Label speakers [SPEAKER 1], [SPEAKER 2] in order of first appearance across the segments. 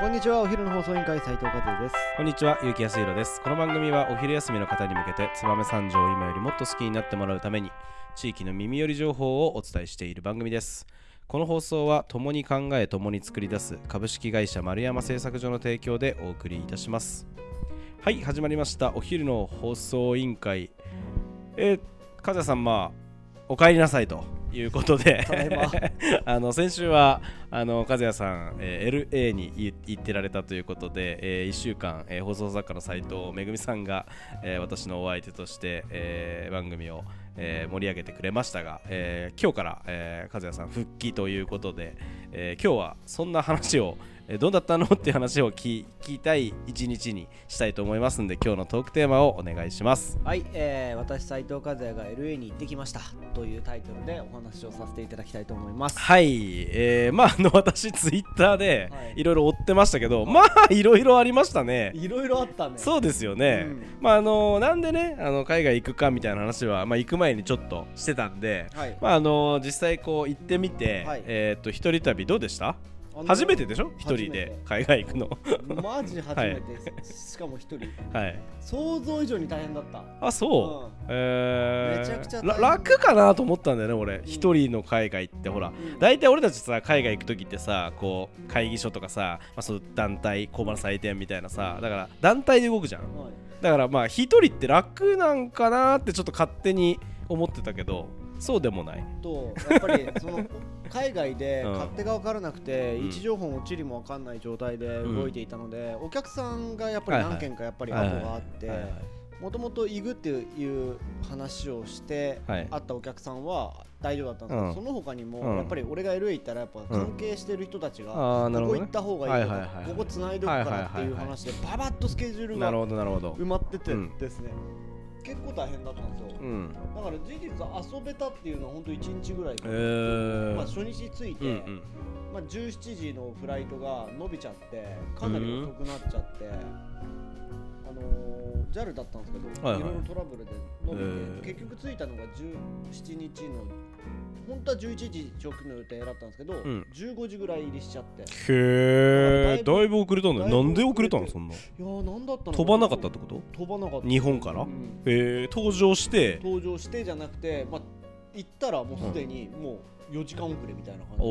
[SPEAKER 1] こんにちはお昼の放送委員会斉藤和也 です
[SPEAKER 2] こんにちは、ゆうきやすいろです。この番組はお昼休みの方に向けて、燕三条を今よりもっと好きになってもらうために、地域の耳寄り情報をお伝えしている番組です。この放送は、共に考え、共に作り出す株式会社丸山製作所の提供でお送りいたします。はい、始まりました。お昼の放送委員会。えー、かずやさん、まあ、お帰りなさいということで、
[SPEAKER 1] ただいま
[SPEAKER 2] あの先週はあの和也さん、えー LA にい行ってられたということで、え1週間、えー放送作家の斉藤めぐみさんが、えー私のお相手として、えー番組を、えー盛り上げてくれましたが、えー今日から、えー和也さん復帰ということで、えー今日はそんな話を、えーどうだったのっていう話を聞聞きたい一日にしたいと思いますんで今日のトークテーマをお願いします。
[SPEAKER 1] はい、えー、私斉藤和也が LA に行ってきましたというタイトルでお話をさせていただきたいと思います
[SPEAKER 2] はい、えーまああの私ツイッターで
[SPEAKER 1] はい
[SPEAKER 2] いろいろ追ってましたけど、まあいろいろありましたね。
[SPEAKER 1] いろいろあったね
[SPEAKER 2] そうですよね、
[SPEAKER 1] うん
[SPEAKER 2] まああのなんでねあの海外行くかみたいな話は、まあ、行く前にちょっとしてたんで、
[SPEAKER 1] はい
[SPEAKER 2] まああの実際こう行ってみて、
[SPEAKER 1] はい
[SPEAKER 2] えーっと一人旅どうでした
[SPEAKER 1] あの
[SPEAKER 2] 初めてでしょ一
[SPEAKER 1] 初めて
[SPEAKER 2] 人で海外行くの
[SPEAKER 1] マジ初めて、しかも一人
[SPEAKER 2] はい
[SPEAKER 1] 想像以上に大変だった
[SPEAKER 2] あそう、えー
[SPEAKER 1] めちゃくちゃ大
[SPEAKER 2] ら
[SPEAKER 1] 変
[SPEAKER 2] 楽かなと思ったんだよね俺一、人の海外ってほら
[SPEAKER 1] ん
[SPEAKER 2] 大体俺たちさ海外行く時ってさこう会議所とかさ、まあ、そう団体小判祭典みたいなさだから団体で動くじゃん
[SPEAKER 1] はい
[SPEAKER 2] だからまあ一人って楽なんかなってちょっと勝手に思ってたけどそうでもない
[SPEAKER 1] とやっぱ りその海外で
[SPEAKER 2] うん
[SPEAKER 1] 勝手が分からなくて、
[SPEAKER 2] うん
[SPEAKER 1] 位置情報も地理も分かんない状態で
[SPEAKER 2] うん
[SPEAKER 1] 動いていたので、お客さんがやっぱり何件かやっぱりアポがあって
[SPEAKER 2] はいはいはい
[SPEAKER 1] もともと行くっていう話をして、
[SPEAKER 2] はい
[SPEAKER 1] 会ったお客さんは大丈夫だったんですけど、
[SPEAKER 2] うん
[SPEAKER 1] その他にも、
[SPEAKER 2] うん
[SPEAKER 1] やっぱり俺が LA 行ったらやっぱ関係してる人たちが、
[SPEAKER 2] ああなる
[SPEAKER 1] こ
[SPEAKER 2] ほ
[SPEAKER 1] こ行
[SPEAKER 2] ど
[SPEAKER 1] っ
[SPEAKER 2] ね
[SPEAKER 1] た方がいいとか、
[SPEAKER 2] はいはいはい
[SPEAKER 1] ここ繋いどくからっていう
[SPEAKER 2] はいはいはいは
[SPEAKER 1] 話でババッとスケジュール
[SPEAKER 2] な
[SPEAKER 1] が
[SPEAKER 2] るほどなるほど
[SPEAKER 1] 埋まってて
[SPEAKER 2] うん
[SPEAKER 1] ですね、結構大変だったんですよ、
[SPEAKER 2] うん
[SPEAKER 1] だから事実遊べたっていうのは本当1日ぐらい
[SPEAKER 2] え
[SPEAKER 1] かな
[SPEAKER 2] ー
[SPEAKER 1] まあ、初日着いて、
[SPEAKER 2] うんうん
[SPEAKER 1] まあ、17時のフライトが伸びちゃってかなり遅くなっちゃって、あのー JAL だったんですけど、
[SPEAKER 2] はい
[SPEAKER 1] い
[SPEAKER 2] はい
[SPEAKER 1] ろいろトラブルで伸びて、
[SPEAKER 2] えー
[SPEAKER 1] 結局着いたのが17日の本当は11時上空の予定だったんですけど、
[SPEAKER 2] ん
[SPEAKER 1] 15時ぐらい入りしちゃってい
[SPEAKER 2] へえだいぶ遅れたんだ
[SPEAKER 1] だい
[SPEAKER 2] よ
[SPEAKER 1] ぶ
[SPEAKER 2] なんで遅れたのそんな
[SPEAKER 1] やーなんだったの
[SPEAKER 2] 飛ばなかったってこと
[SPEAKER 1] 飛ばなかった
[SPEAKER 2] 日本から
[SPEAKER 1] うん
[SPEAKER 2] えー、登場して
[SPEAKER 1] 登場してじゃなくて、まあ、行ったらもうすでにもう4時間遅れみたいな感じ、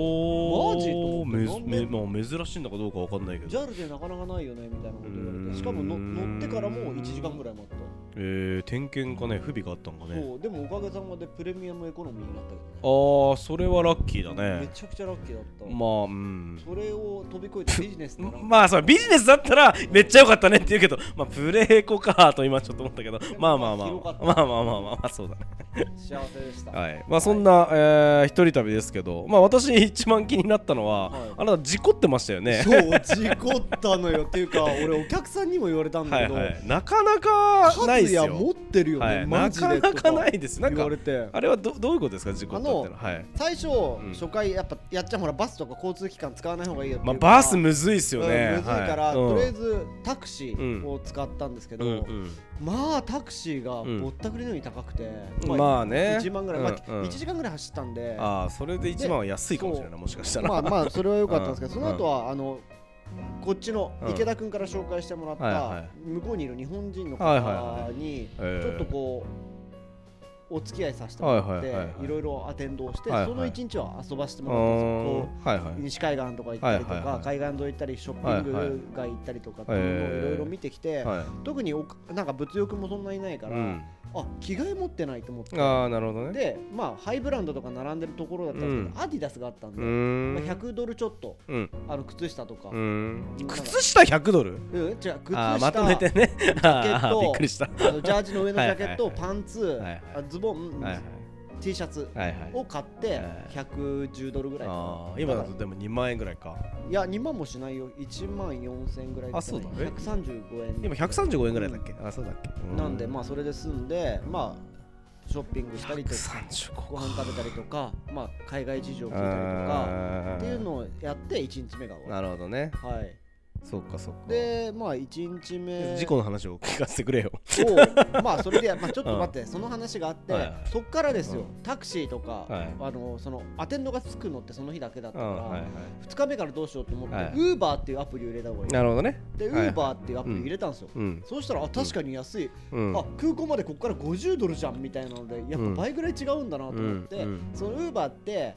[SPEAKER 2] お
[SPEAKER 1] マジと思
[SPEAKER 2] お
[SPEAKER 1] ってなんで
[SPEAKER 2] まあ、珍しいんだかどうかわかんないけど
[SPEAKER 1] JAL でなかなかないよねみたいなこと言わ
[SPEAKER 2] う
[SPEAKER 1] れ
[SPEAKER 2] ー
[SPEAKER 1] て
[SPEAKER 2] ん
[SPEAKER 1] しかもの乗ってからもう1時間ぐらい待った
[SPEAKER 2] えー、点検かね不備があったんかね
[SPEAKER 1] そうでもおかげさまでプレミアムエコノミーになったけ
[SPEAKER 2] あ
[SPEAKER 1] どね
[SPEAKER 2] ーそれはラッキーだ
[SPEAKER 1] め
[SPEAKER 2] ね
[SPEAKER 1] ちゃくちゃラッキーだった、
[SPEAKER 2] まあうん
[SPEAKER 1] それを飛び越えてビジネスってな
[SPEAKER 2] まあそうビジネスだったらめっちゃ良かったねって言うけどまあプレーコかと今ちょっと思ったけどまあまあまあ
[SPEAKER 1] 広か
[SPEAKER 2] ま
[SPEAKER 1] った
[SPEAKER 2] あまあまあまあまあそうだね
[SPEAKER 1] 幸せでした、
[SPEAKER 2] はい まあそんな、えー一人旅ですけどまあ私一番気になったのは、
[SPEAKER 1] はい
[SPEAKER 2] あなた事故ってましたよね
[SPEAKER 1] そう事故ったのよっていうか俺お客さんにも言われたんだ
[SPEAKER 2] は
[SPEAKER 1] け
[SPEAKER 2] い
[SPEAKER 1] ど、
[SPEAKER 2] はいなかなかない
[SPEAKER 1] 数
[SPEAKER 2] です
[SPEAKER 1] や
[SPEAKER 2] よ
[SPEAKER 1] 持ってるよね、
[SPEAKER 2] はい、
[SPEAKER 1] マ
[SPEAKER 2] な
[SPEAKER 1] ジで
[SPEAKER 2] かなかないいですなん
[SPEAKER 1] 言
[SPEAKER 2] か
[SPEAKER 1] われて
[SPEAKER 2] あれはどどういうことですか事故ったってのははい
[SPEAKER 1] 最初、
[SPEAKER 2] ん
[SPEAKER 1] 初回やっぱやっちゃんほらバスとか交通機関使わない方がいいよって
[SPEAKER 2] ま
[SPEAKER 1] い
[SPEAKER 2] あ、
[SPEAKER 1] う
[SPEAKER 2] バース
[SPEAKER 1] む
[SPEAKER 2] むずいっすよね。
[SPEAKER 1] むずいから、
[SPEAKER 2] は
[SPEAKER 1] とりあえずタクシーを使ったんですけど、
[SPEAKER 2] うんうん
[SPEAKER 1] まあタクシーが
[SPEAKER 2] うん
[SPEAKER 1] ぼったくりのように高くて、
[SPEAKER 2] うん、まあね。
[SPEAKER 1] 1万ぐらい、まあ、
[SPEAKER 2] うんうん
[SPEAKER 1] 1時間ぐらい走ったんで、
[SPEAKER 2] ああ、それで1万は安いかもしれ
[SPEAKER 1] そ
[SPEAKER 2] ない、もしかしたら。
[SPEAKER 1] まあまあそれは良かったんですけど、
[SPEAKER 2] う
[SPEAKER 1] そ
[SPEAKER 2] ん
[SPEAKER 1] の後はあのこっちの
[SPEAKER 2] うん
[SPEAKER 1] 池田君から紹介してもらっ
[SPEAKER 2] はいは
[SPEAKER 1] た
[SPEAKER 2] い
[SPEAKER 1] 向こうにいる日本人の
[SPEAKER 2] はいはい
[SPEAKER 1] 方
[SPEAKER 2] は
[SPEAKER 1] にち
[SPEAKER 2] えー
[SPEAKER 1] ょっとこうお付き合いさせてもらっ
[SPEAKER 2] はいはいはい
[SPEAKER 1] て
[SPEAKER 2] はい
[SPEAKER 1] いろいろアテンドをして
[SPEAKER 2] はいはい
[SPEAKER 1] その一日は遊ばせて
[SPEAKER 2] う
[SPEAKER 1] もらったん
[SPEAKER 2] ー
[SPEAKER 1] です
[SPEAKER 2] んはいは
[SPEAKER 1] けど
[SPEAKER 2] い。
[SPEAKER 1] 西海岸とか行ったりと
[SPEAKER 2] はいはい
[SPEAKER 1] か
[SPEAKER 2] はい
[SPEAKER 1] 海岸沿い行ったりショッピング街行ったりとかっていうのをいろいろ見てきて
[SPEAKER 2] はい
[SPEAKER 1] 特におなんか物欲もそんないないか
[SPEAKER 2] う
[SPEAKER 1] ら
[SPEAKER 2] ん、
[SPEAKER 1] あ着替え持ってないと思って
[SPEAKER 2] ああ、なるほどね。
[SPEAKER 1] でまあハイブランドとか並んでるところだったんですけどアディダスがあったん
[SPEAKER 2] う
[SPEAKER 1] で
[SPEAKER 2] ー
[SPEAKER 1] まあ、
[SPEAKER 2] ん。
[SPEAKER 1] 100ドルちょっと
[SPEAKER 2] うん
[SPEAKER 1] あの靴下とか、
[SPEAKER 2] う
[SPEAKER 1] うん
[SPEAKER 2] ん
[SPEAKER 1] なんか
[SPEAKER 2] 靴下100ドル
[SPEAKER 1] 違う靴下
[SPEAKER 2] ああ、まとめてね。
[SPEAKER 1] ッ
[SPEAKER 2] あ
[SPEAKER 1] ト
[SPEAKER 2] あ、びっくりした。は
[SPEAKER 1] あのジャージの上のジャケット
[SPEAKER 2] はいはい
[SPEAKER 1] パンツ、
[SPEAKER 2] はいはい
[SPEAKER 1] あズボン、
[SPEAKER 2] いはい。
[SPEAKER 1] T シャツ
[SPEAKER 2] はいはい
[SPEAKER 1] を買って
[SPEAKER 2] はい
[SPEAKER 1] 110ドルぐらいかな
[SPEAKER 2] ああ今だとでも2万円ぐらいか。
[SPEAKER 1] いや2万もしないよ1万4000円ぐらい
[SPEAKER 2] あそうだね
[SPEAKER 1] 135円
[SPEAKER 2] 今135円ぐらいだっけああ、そうだっけ
[SPEAKER 1] なんで
[SPEAKER 2] ま
[SPEAKER 1] まあそれで済んでまあショッピングしたりとかご
[SPEAKER 2] 135
[SPEAKER 1] 飯食べたりとか、まあ、海外事情聞いたりとか
[SPEAKER 2] あ
[SPEAKER 1] っていうのをやって1日目が終わ
[SPEAKER 2] なるほどね。
[SPEAKER 1] るはい
[SPEAKER 2] そうかそうか
[SPEAKER 1] でまあ1日目
[SPEAKER 2] 事故の話を聞かせてくれよ
[SPEAKER 1] をまあそれで、まあ、ちょっと待って、その話があって、
[SPEAKER 2] はいはい
[SPEAKER 1] そっからですよ、
[SPEAKER 2] うん
[SPEAKER 1] タクシーとか、
[SPEAKER 2] はい
[SPEAKER 1] あのそのアテンドがつくのってその日だけだった
[SPEAKER 2] う
[SPEAKER 1] から、
[SPEAKER 2] んはいは
[SPEAKER 1] 2日目からどうしようと思って、
[SPEAKER 2] はい
[SPEAKER 1] Uber っていうアプリを入れた方がい
[SPEAKER 2] い
[SPEAKER 1] い
[SPEAKER 2] なるほどね
[SPEAKER 1] で、
[SPEAKER 2] はいはい
[SPEAKER 1] Uber っていうアプリ入れたんですよ、
[SPEAKER 2] うん
[SPEAKER 1] そうしたらあ確かに安い、
[SPEAKER 2] うん
[SPEAKER 1] あ空港までここから50ドルじゃんみたいなのでやっぱ倍ぐらい違うんだなと思って、
[SPEAKER 2] うんうん
[SPEAKER 1] その Uber って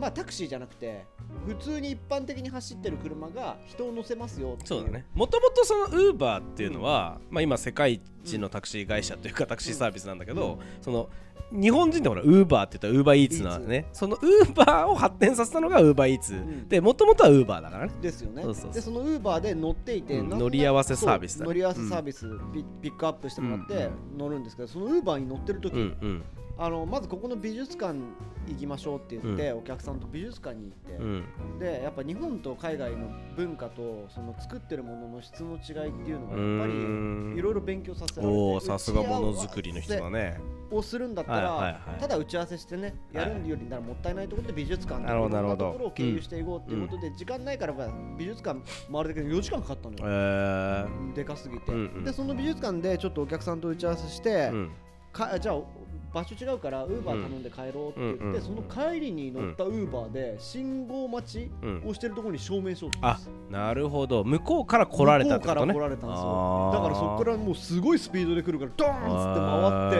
[SPEAKER 1] まあタクシーじゃなくて普通に一般的に走ってる車が人を乗せますよってい
[SPEAKER 2] そうだねもともとそのウーバーっていうのは、まあ、今世界一のタクシー会社というかタクシーサービスなんだけど、その日本人ってほらウーバーって言ったらウーバーイーツなんだねそのウーバーを発展させたのがウーバーイーツ
[SPEAKER 1] ん
[SPEAKER 2] でもともとはウーバーだからね
[SPEAKER 1] ですよね
[SPEAKER 2] そうそうそう
[SPEAKER 1] でそのウーバーで乗っていて、
[SPEAKER 2] う
[SPEAKER 1] なん
[SPEAKER 2] ん
[SPEAKER 1] なら
[SPEAKER 2] 乗り合わせサービス
[SPEAKER 1] そ
[SPEAKER 2] だね
[SPEAKER 1] う乗り合わせサービス、ピピックアップしてもらって乗るんですけど、そのウーバーに乗ってる時、
[SPEAKER 2] うんうん
[SPEAKER 1] あのまずここの美術館行きましょうって言って、お客さんと美術館に行って、
[SPEAKER 2] うん
[SPEAKER 1] でやっぱ日本と海外の文化とその作ってるものの質の違いっていうの
[SPEAKER 2] う
[SPEAKER 1] がやっぱり
[SPEAKER 2] ーん
[SPEAKER 1] いろいろ勉強させられて
[SPEAKER 2] おおさすがものづくりの人だ
[SPEAKER 1] 打ち合わ
[SPEAKER 2] ね
[SPEAKER 1] せをするんだったら、
[SPEAKER 2] はいはいはい
[SPEAKER 1] ただ打ち合わせしてねやるよりならもったいないところで美術館
[SPEAKER 2] なる
[SPEAKER 1] いろ
[SPEAKER 2] ほど
[SPEAKER 1] ん
[SPEAKER 2] なるほど
[SPEAKER 1] ところを経由していこうっていうことで、時間ないからまあ美術館回るだけで4時間かかったの
[SPEAKER 2] え
[SPEAKER 1] よ、
[SPEAKER 2] ー
[SPEAKER 1] でかすぎて、
[SPEAKER 2] うんうん
[SPEAKER 1] でその美術館でちょっとお客さんと打ち合わせして、
[SPEAKER 2] うん
[SPEAKER 1] かじゃあ場所違うからウーバー頼んで帰ろうって言って、
[SPEAKER 2] うんうん
[SPEAKER 1] その帰りに乗ったウーバーで信号待ち
[SPEAKER 2] うん
[SPEAKER 1] をしてるところに証明書を取ったん
[SPEAKER 2] あ
[SPEAKER 1] です
[SPEAKER 2] なるほど向こうから来られたってこと
[SPEAKER 1] 向
[SPEAKER 2] ね
[SPEAKER 1] こうから来られたんです
[SPEAKER 2] あ
[SPEAKER 1] よ
[SPEAKER 2] ー
[SPEAKER 1] だからそこからもうすごいスピードで来るからドーンっつって回って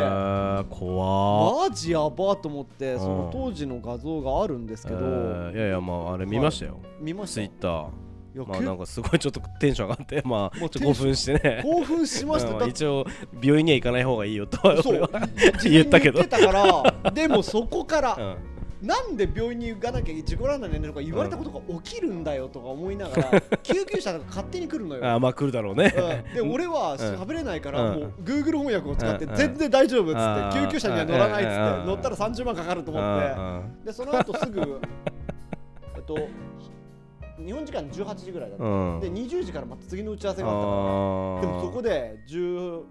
[SPEAKER 2] あー怖ー
[SPEAKER 1] マジやばと思って
[SPEAKER 2] ん
[SPEAKER 1] その当時の画像があるんですけど
[SPEAKER 2] えーいやいやまああれ見ましたよ、
[SPEAKER 1] 見まし
[SPEAKER 2] ツ
[SPEAKER 1] た
[SPEAKER 2] イ
[SPEAKER 1] い
[SPEAKER 2] ッター
[SPEAKER 1] や
[SPEAKER 2] まあ
[SPEAKER 1] け
[SPEAKER 2] なんかすごいちょっと テンション上がってまあち
[SPEAKER 1] も
[SPEAKER 2] ょ
[SPEAKER 1] う
[SPEAKER 2] っと興奮してね
[SPEAKER 1] 興奮しました
[SPEAKER 2] うん
[SPEAKER 1] だって
[SPEAKER 2] 一応病院には行かない方がいいよとは
[SPEAKER 1] そ
[SPEAKER 2] 俺
[SPEAKER 1] う
[SPEAKER 2] は言ったけど
[SPEAKER 1] 言ってたから でもそこか
[SPEAKER 2] う
[SPEAKER 1] ら
[SPEAKER 2] ん
[SPEAKER 1] なんで病院に行かなきゃ事故らないねとか言われたことが起きるんだよとか思いなが ら救急車が勝手に来るのよ
[SPEAKER 2] あーまあ来るだろうね
[SPEAKER 1] うんで俺は喋れないから、
[SPEAKER 2] うん
[SPEAKER 1] もう Google 翻訳を使って
[SPEAKER 2] うん
[SPEAKER 1] 全然大丈夫っつ
[SPEAKER 2] あ
[SPEAKER 1] っ
[SPEAKER 2] ー
[SPEAKER 1] て救急車には乗らないっつ
[SPEAKER 2] う
[SPEAKER 1] っ
[SPEAKER 2] ん
[SPEAKER 1] て乗ったら30万かかると
[SPEAKER 2] う
[SPEAKER 1] 思って
[SPEAKER 2] ん
[SPEAKER 1] でその後すぐ えっと日本時間18時ぐらいだった
[SPEAKER 2] うん
[SPEAKER 1] で20時からまた次の打ち合わせ
[SPEAKER 2] あ
[SPEAKER 1] があったからでもそ
[SPEAKER 2] ー
[SPEAKER 1] こで18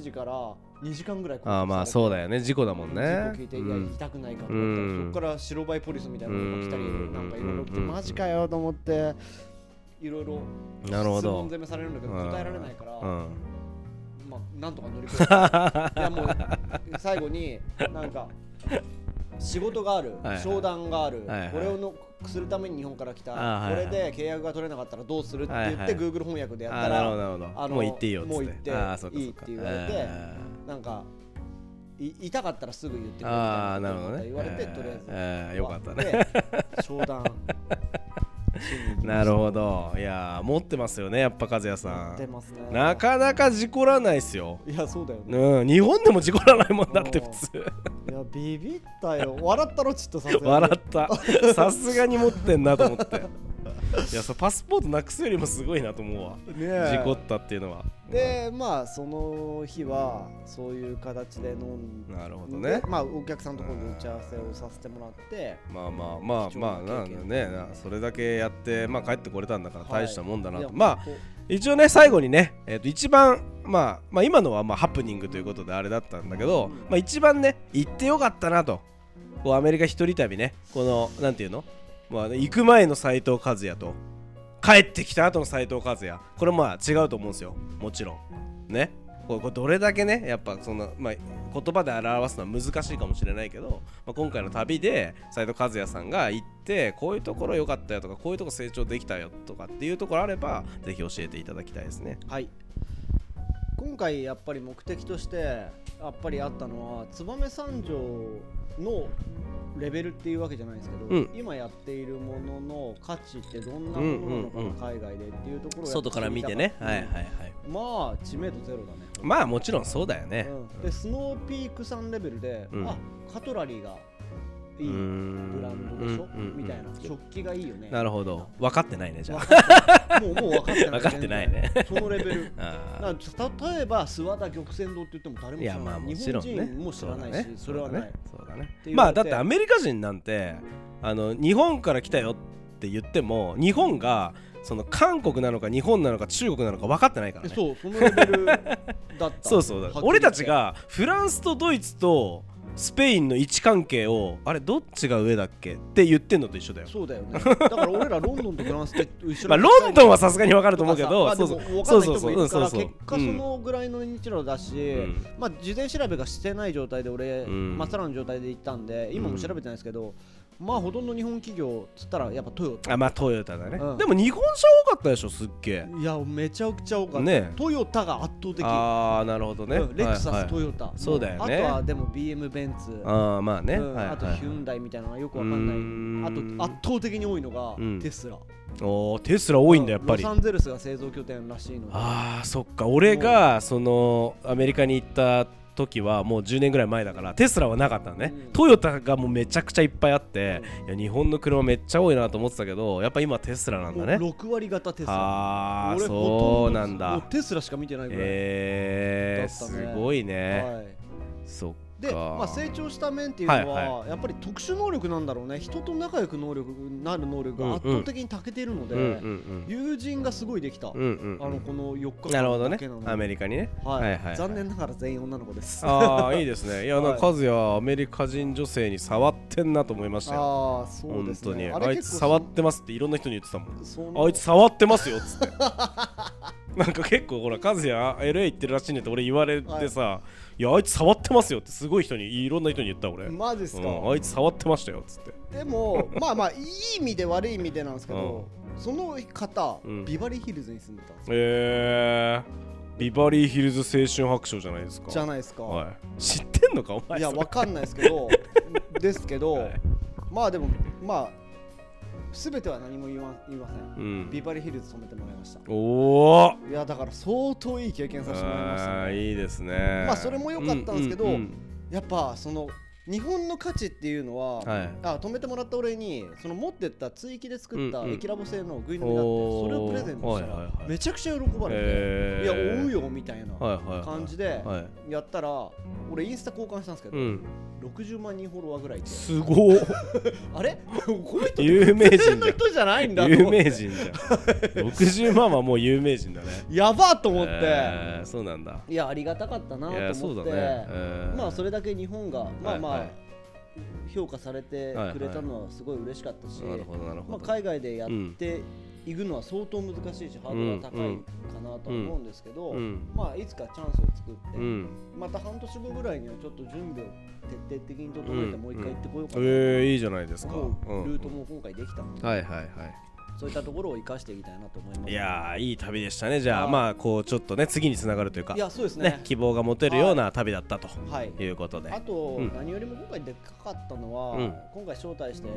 [SPEAKER 1] 時から2時間ぐらい
[SPEAKER 2] あーまあそうだよね事故だもん
[SPEAKER 1] ね
[SPEAKER 2] ね
[SPEAKER 1] 聞いて、
[SPEAKER 2] う
[SPEAKER 1] いや
[SPEAKER 2] ん
[SPEAKER 1] 痛くないかと
[SPEAKER 2] う
[SPEAKER 1] 思ったらそ
[SPEAKER 2] ん
[SPEAKER 1] こから白バイポリスみたいなのが来たり
[SPEAKER 2] うん
[SPEAKER 1] なんかいろいろ来て
[SPEAKER 2] うん
[SPEAKER 1] マジかよと思っていろいろ
[SPEAKER 2] なるほ
[SPEAKER 1] 質問
[SPEAKER 2] ど
[SPEAKER 1] 攻めされるんだけど
[SPEAKER 2] うん
[SPEAKER 1] 答えられないから、
[SPEAKER 2] うん
[SPEAKER 1] まあ、なんとか乗り越えたいやもう最後になんか仕事がある
[SPEAKER 2] はいはい
[SPEAKER 1] 商談がある、
[SPEAKER 2] はいはい
[SPEAKER 1] これをのするために日本から来た、
[SPEAKER 2] あはいはい
[SPEAKER 1] これで契約が取れなかったらどうするって言って、
[SPEAKER 2] はいはい
[SPEAKER 1] Google 翻訳でやっ
[SPEAKER 2] あー
[SPEAKER 1] た
[SPEAKER 2] なるほど
[SPEAKER 1] ら
[SPEAKER 2] なるほど
[SPEAKER 1] あの
[SPEAKER 2] もう行っていいよっつって
[SPEAKER 1] もう行って
[SPEAKER 2] あーそっかそっか
[SPEAKER 1] いいって言われて
[SPEAKER 2] え
[SPEAKER 1] なんかい痛かったらすぐ言ってくれみた
[SPEAKER 2] ー
[SPEAKER 1] いな
[SPEAKER 2] あーなるほどね
[SPEAKER 1] 言われて、
[SPEAKER 2] えー
[SPEAKER 1] とりあえず、
[SPEAKER 2] えーよかったね
[SPEAKER 1] ね商談しに行きました
[SPEAKER 2] なるほどいやー持ってますよねやっぱ和也さ
[SPEAKER 1] やって
[SPEAKER 2] ん
[SPEAKER 1] ますね
[SPEAKER 2] なかなか事故らないっすよ
[SPEAKER 1] いやそうだよね
[SPEAKER 2] うん、日本でも事故らないもんだって
[SPEAKER 1] お
[SPEAKER 2] 普
[SPEAKER 1] ー
[SPEAKER 2] 通
[SPEAKER 1] いやビビったよ笑ったろちょっとさすがに
[SPEAKER 2] 笑ったさすがに持ってんなと思っていやそうパスポートなくすよりもすごいなと思うわ
[SPEAKER 1] ねえ
[SPEAKER 2] 事故ったっていうのは
[SPEAKER 1] でまあその日はそういう形で飲んで、
[SPEAKER 2] なるほどね
[SPEAKER 1] まあ、お客さんところで打ち合わせをさせてもらって
[SPEAKER 2] まあまあまあ
[SPEAKER 1] 貴重
[SPEAKER 2] ま
[SPEAKER 1] な
[SPEAKER 2] あな
[SPEAKER 1] 経験
[SPEAKER 2] ねなそれだけやってまあ帰ってこれたんだから
[SPEAKER 1] はい
[SPEAKER 2] 大したもんだないと、
[SPEAKER 1] や
[SPEAKER 2] まあ
[SPEAKER 1] ほん
[SPEAKER 2] 一応ね最後にね、えー、と一番、まあ、まあ今のはまあハプニングということであれだったんだけど、まあ、一番ね行ってよかったなとこうアメリカ一人旅ねこのなんていうの、まあね行く前の斉藤和也と帰ってきた後の斉藤和也これまあ違うと思うんですよもちろんねこれこれどれだけねやっぱその、まあ、言葉で表すのは難しいかもしれないけど、まあ、今回の旅で斉藤和也さんが行ってこういうところ良かったよとかこういうとこ成長できたよとかっていうところあればぜひ教えていただきたいですね。
[SPEAKER 1] とはい今回やっぱり目的としてやっぱりあったのは燕三条のレベルっていうわけじゃないですけど、
[SPEAKER 2] うん
[SPEAKER 1] 今やっているものの価値ってどんなものなのか
[SPEAKER 2] うんうんうん
[SPEAKER 1] な海外でっていうところをやっぱ
[SPEAKER 2] 外から見てね
[SPEAKER 1] 知。りた
[SPEAKER 2] はい
[SPEAKER 1] か
[SPEAKER 2] は
[SPEAKER 1] っ
[SPEAKER 2] い
[SPEAKER 1] た
[SPEAKER 2] はい。
[SPEAKER 1] まあ知名度ゼロだね
[SPEAKER 2] まあもちろんそうだよね。
[SPEAKER 1] うんでスノーピークさんレベルで、
[SPEAKER 2] うん
[SPEAKER 1] あカトラリーが
[SPEAKER 2] う
[SPEAKER 1] いいブ
[SPEAKER 2] ブ
[SPEAKER 1] ランドでしょ、みたいな食器がいいよね
[SPEAKER 2] なるほど。分かってないねじゃ
[SPEAKER 1] わか
[SPEAKER 2] あ。
[SPEAKER 1] んないもうもう分かってない
[SPEAKER 2] 分かってないね
[SPEAKER 1] 全然そのレベル
[SPEAKER 2] あー
[SPEAKER 1] な例えば諏訪田玉泉堂って言っても誰も
[SPEAKER 2] い
[SPEAKER 1] 知ら
[SPEAKER 2] や
[SPEAKER 1] ない
[SPEAKER 2] まあもちろん
[SPEAKER 1] 日
[SPEAKER 2] ね。
[SPEAKER 1] 本人も知らないしそ,、
[SPEAKER 2] そう
[SPEAKER 1] れ
[SPEAKER 2] だ
[SPEAKER 1] は
[SPEAKER 2] ね
[SPEAKER 1] ない、
[SPEAKER 2] そうだね。
[SPEAKER 1] て言わ
[SPEAKER 2] ま
[SPEAKER 1] れ
[SPEAKER 2] あ
[SPEAKER 1] て
[SPEAKER 2] だってアメリカ人なんてあの日本から来たよって言っても日本がその韓国なのか日本なのか中国なのか分かってないからね。
[SPEAKER 1] そうそのレベルだった
[SPEAKER 2] そうそうだ
[SPEAKER 1] はっきり言って
[SPEAKER 2] 俺たちがフランスとドイツとスペインの位置関係をあれどっちが上だっけって言ってんのと一緒だよ
[SPEAKER 1] そうだよねだから俺らロンドンとフランスって一緒
[SPEAKER 2] まあ
[SPEAKER 1] に
[SPEAKER 2] ロンドンはさすがにわかると思うけど
[SPEAKER 1] まあで
[SPEAKER 2] そう
[SPEAKER 1] も
[SPEAKER 2] そ
[SPEAKER 1] 分
[SPEAKER 2] うそう
[SPEAKER 1] かんない人
[SPEAKER 2] そうそ
[SPEAKER 1] も
[SPEAKER 2] う
[SPEAKER 1] いうる
[SPEAKER 2] ん
[SPEAKER 1] か
[SPEAKER 2] そう
[SPEAKER 1] ら
[SPEAKER 2] そう
[SPEAKER 1] 結果そのぐらいの認知度だし、
[SPEAKER 2] うん
[SPEAKER 1] まあ事前調べがしてない状態で俺、
[SPEAKER 2] うん
[SPEAKER 1] まっさらの状態で行ったんで今も調べてないですけど、まあほとんど日本企業っつったらやっぱトヨタ
[SPEAKER 2] あまあトヨタだね、
[SPEAKER 1] うん
[SPEAKER 2] でも日本車多かったでしょすっげえ
[SPEAKER 1] いやめちゃくちゃ多かった、
[SPEAKER 2] ね
[SPEAKER 1] トヨタが圧倒的
[SPEAKER 2] ああなるほどね、
[SPEAKER 1] うんレクサス、
[SPEAKER 2] はいはい
[SPEAKER 1] トヨタ
[SPEAKER 2] そうだよね
[SPEAKER 1] あとはでも BM ベンツ
[SPEAKER 2] ああまあね、
[SPEAKER 1] うん
[SPEAKER 2] はいはい
[SPEAKER 1] あとヒュンダイみたいなのがよくわか
[SPEAKER 2] うんー
[SPEAKER 1] ないあ
[SPEAKER 2] ん
[SPEAKER 1] と圧倒的に多いのが
[SPEAKER 2] うん
[SPEAKER 1] テスラ、
[SPEAKER 2] おーテスラ多いんだやっぱり
[SPEAKER 1] ロサンゼルスが製造拠点らしいので
[SPEAKER 2] あーそっか俺がそのアメリカに行った時はもう10年ぐらい前だからテスラはなかったのね、
[SPEAKER 1] うん
[SPEAKER 2] トヨタがもうめちゃくちゃいっぱいあって、いや日本の車めっちゃ多いなと思ってたけどやっぱ今テスラなんだね
[SPEAKER 1] もう6割型テスラ
[SPEAKER 2] ああ
[SPEAKER 1] 俺
[SPEAKER 2] そ
[SPEAKER 1] ほと
[SPEAKER 2] うん
[SPEAKER 1] ど
[SPEAKER 2] なん
[SPEAKER 1] もう
[SPEAKER 2] だ
[SPEAKER 1] テスラしか見てないぐらい、
[SPEAKER 2] えー、
[SPEAKER 1] だったね
[SPEAKER 2] すごいね、
[SPEAKER 1] はい
[SPEAKER 2] そっか
[SPEAKER 1] で、まあ、成長した面っていうのは、
[SPEAKER 2] はい
[SPEAKER 1] やっぱり特殊能力なんだろうね人と仲良く能力なる能力が圧倒的に長けてるので、
[SPEAKER 2] うんうん
[SPEAKER 1] 友人がすごいできた、
[SPEAKER 2] うんうんうん
[SPEAKER 1] あのこの4日
[SPEAKER 2] なるほ
[SPEAKER 1] 間
[SPEAKER 2] ど
[SPEAKER 1] だ
[SPEAKER 2] ね
[SPEAKER 1] けなので
[SPEAKER 2] アメリカにね
[SPEAKER 1] はい
[SPEAKER 2] はいはい
[SPEAKER 1] 残念ながら全員女の子です
[SPEAKER 2] ああいいですねいやなんか
[SPEAKER 1] は
[SPEAKER 2] 和也はアメリカ人女性に触ってんなと思いました
[SPEAKER 1] あ
[SPEAKER 2] よ
[SPEAKER 1] あそう
[SPEAKER 2] 本
[SPEAKER 1] ですね
[SPEAKER 2] 当
[SPEAKER 1] れ
[SPEAKER 2] にあいつ
[SPEAKER 1] 結構
[SPEAKER 2] 触ってますっていろんな人に言ってたもん
[SPEAKER 1] その
[SPEAKER 2] あいつ触ってますよっつって なんか結構ほら和也 LA 行ってるらしいねって俺言われてさ、い、やあいつ触ってますよってすごい人にいろんな人に言った俺、
[SPEAKER 1] マジですか、
[SPEAKER 2] うんあいつ触ってましたよっつって
[SPEAKER 1] でもまあまあいい意味で悪い意味でなんですけど、その方、
[SPEAKER 2] うん
[SPEAKER 1] ビバリーヒルズに住んでたんですよ
[SPEAKER 2] えー、ビバリーヒルズ青春白書じゃないですか
[SPEAKER 1] じゃないですか、
[SPEAKER 2] はい、知ってんのかお前
[SPEAKER 1] いや
[SPEAKER 2] それ
[SPEAKER 1] わかんないですけ どですけど、
[SPEAKER 2] はい
[SPEAKER 1] まあでもまあ全ては何も言わ言いません
[SPEAKER 2] うん
[SPEAKER 1] ビバリーヒルズ泊めてもらいました
[SPEAKER 2] おお
[SPEAKER 1] いやだから相当いい経験させてもらいましたね、
[SPEAKER 2] あーいいですね
[SPEAKER 1] まあそれも良かったんですけど
[SPEAKER 2] うう
[SPEAKER 1] やっぱその日本の価値っていうのは、
[SPEAKER 2] はい
[SPEAKER 1] あ止めてもらった俺にその持ってった追記で作った
[SPEAKER 2] うんうん
[SPEAKER 1] 駅ラボ製のグイ飲みがあって、
[SPEAKER 2] おー
[SPEAKER 1] それをプレゼントした
[SPEAKER 2] はい
[SPEAKER 1] ら
[SPEAKER 2] はいはい
[SPEAKER 1] めちゃくちゃ喜ばれて、
[SPEAKER 2] へー
[SPEAKER 1] いや追うよみたいな
[SPEAKER 2] はいはいはい
[SPEAKER 1] 感じで
[SPEAKER 2] はい
[SPEAKER 1] やったら、俺インスタ交換したんですけど、
[SPEAKER 2] うん
[SPEAKER 1] 60万人フォロワーぐらいいて
[SPEAKER 2] すごっ
[SPEAKER 1] あれこの人
[SPEAKER 2] 有名
[SPEAKER 1] 普
[SPEAKER 2] 人
[SPEAKER 1] 通
[SPEAKER 2] じ
[SPEAKER 1] の人じゃないん
[SPEAKER 2] ゃ
[SPEAKER 1] だ
[SPEAKER 2] ん
[SPEAKER 1] と
[SPEAKER 2] 有
[SPEAKER 1] 思って
[SPEAKER 2] 名人じゃん 60万はもう有名人だね
[SPEAKER 1] やばーと思って、
[SPEAKER 2] えーそうなんだ
[SPEAKER 1] いやありがたかったなと
[SPEAKER 2] いや
[SPEAKER 1] 思
[SPEAKER 2] そう
[SPEAKER 1] っ
[SPEAKER 2] だ
[SPEAKER 1] て、
[SPEAKER 2] ねえー
[SPEAKER 1] まあそれだけ日本がまあまあ、
[SPEAKER 2] はいはい
[SPEAKER 1] 評価されてくれたのはすごい嬉しかったし、
[SPEAKER 2] なるほどなる
[SPEAKER 1] ま
[SPEAKER 2] ほ
[SPEAKER 1] あ、
[SPEAKER 2] ど、
[SPEAKER 1] 海外でやっていくのは相当難しいし、ハードルが高いかなとは思うんですけど、
[SPEAKER 2] うん
[SPEAKER 1] まあいつかチャンスを作って、
[SPEAKER 2] うん
[SPEAKER 1] また半年後ぐらいにはちょっと準備を徹底的に整えてもう一回行ってこようか
[SPEAKER 2] え
[SPEAKER 1] な
[SPEAKER 2] ー、いいじゃないですか
[SPEAKER 1] と思うルート
[SPEAKER 2] うん
[SPEAKER 1] も今回できたので、
[SPEAKER 2] はいはいは
[SPEAKER 1] そういったところを生かしていきたいなと思います。
[SPEAKER 2] いいやーいい旅でしたねじゃあ
[SPEAKER 1] はい
[SPEAKER 2] まあこうちょっとね次につながるというか
[SPEAKER 1] いやそうですね
[SPEAKER 2] ね希望が持てるような旅だったと
[SPEAKER 1] はい
[SPEAKER 2] いうことで
[SPEAKER 1] あと、
[SPEAKER 2] うん
[SPEAKER 1] 何よりも今回でっかかったのは、
[SPEAKER 2] うん
[SPEAKER 1] 今回招待して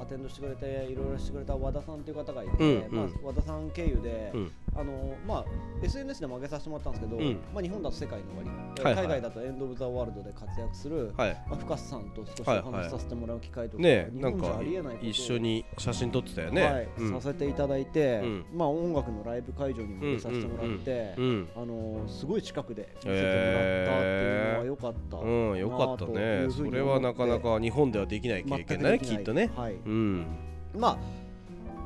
[SPEAKER 1] アテンドしてくれていろいろしてくれた和田さんという方がいて、
[SPEAKER 2] うん
[SPEAKER 1] ま
[SPEAKER 2] うん
[SPEAKER 1] あ、和田さん経由で、
[SPEAKER 2] うん
[SPEAKER 1] あのまあ、SNS でも上げさせてもらったんですけど、
[SPEAKER 2] うん
[SPEAKER 1] まあ、日本だと世界の終わり、
[SPEAKER 2] はいはい
[SPEAKER 1] 海外だとエンド・オブ・ザ・ワールドで活躍する、
[SPEAKER 2] はい
[SPEAKER 1] まあ、深瀬さんと少しお
[SPEAKER 2] はいはい
[SPEAKER 1] 話しさせてもらう機会とか、
[SPEAKER 2] ね
[SPEAKER 1] 日
[SPEAKER 2] なん
[SPEAKER 1] 本じゃ
[SPEAKER 2] か
[SPEAKER 1] ありえないことを
[SPEAKER 2] 一緒に写真撮ってたよね、
[SPEAKER 1] はい
[SPEAKER 2] うん
[SPEAKER 1] させていただいて、
[SPEAKER 2] うん
[SPEAKER 1] まあ、音楽のライブ会場にも出させてもらって。
[SPEAKER 2] うん
[SPEAKER 1] あのーすごい近くで見せてもらったっていうのは良かったなというふうに思っ
[SPEAKER 2] う
[SPEAKER 1] て、
[SPEAKER 2] ん、よかったねそれはなかなか日本ではできない経
[SPEAKER 1] 全くでき
[SPEAKER 2] 験だ
[SPEAKER 1] な
[SPEAKER 2] ね
[SPEAKER 1] い
[SPEAKER 2] きっとね、
[SPEAKER 1] はい
[SPEAKER 2] うん
[SPEAKER 1] まあ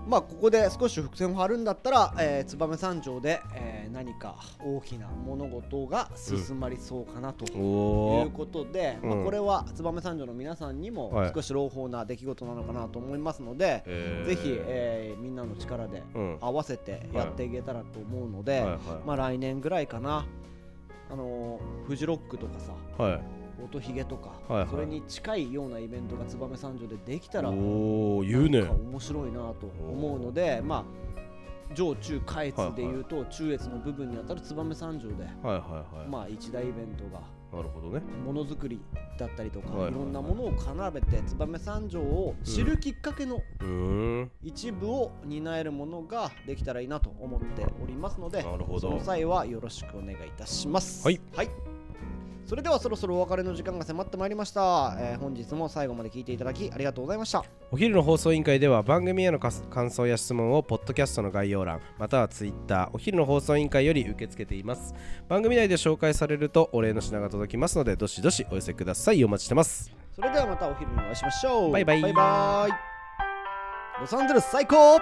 [SPEAKER 1] まあここで少し伏線を張るんだったら、えー、燕三条で、えー何か大きな物事が進まりそうかなと。
[SPEAKER 2] お
[SPEAKER 1] い
[SPEAKER 2] お
[SPEAKER 1] うことで、
[SPEAKER 2] うん
[SPEAKER 1] まあ、これは燕三条の皆さんにも
[SPEAKER 2] はい
[SPEAKER 1] 少し朗報な出来事なのかなと思いますので、
[SPEAKER 2] えー
[SPEAKER 1] ぜひ、えーみんなの力で
[SPEAKER 2] うん
[SPEAKER 1] 合わせてやっていけたらと思うので、
[SPEAKER 2] はいはい
[SPEAKER 1] まあ来年ぐらいかなあのーフジロックとかさ
[SPEAKER 2] はい
[SPEAKER 1] 音ひげとか、
[SPEAKER 2] はいはい
[SPEAKER 1] それに近いようなイベントが燕三条でできたら
[SPEAKER 2] おお言うね
[SPEAKER 1] なんか面白いなと思うのでまあ上中下越でいうと、中越の部分にあたる燕三条で、
[SPEAKER 2] はいはいはい、
[SPEAKER 1] まあ一大イベントが
[SPEAKER 2] なるほどね
[SPEAKER 1] ものづくりだったりとか、
[SPEAKER 2] はいはいはい
[SPEAKER 1] いろんなものを奏べて燕三条を知るきっかけの
[SPEAKER 2] うーん
[SPEAKER 1] 一部を担えるものができたらいいなと思っておりますので
[SPEAKER 2] なるほど
[SPEAKER 1] その際はよろしくお願いいたします
[SPEAKER 2] はい、
[SPEAKER 1] それではそろそろお別れの時間が迫ってまいりました、えー本日も最後まで聞いていただきありがとうございました
[SPEAKER 2] お昼の放送委員会では番組へのかす感想や質問をポッドキャストの概要欄またはツイッターお昼の放送委員会より受け付けています番組内で紹介されるとお礼の品が届きますのでどしどしお寄せくださいお待ちしてます
[SPEAKER 1] それではまたお昼にお会いしましょう
[SPEAKER 2] バイバイ
[SPEAKER 1] バイバイロサンゼルス最高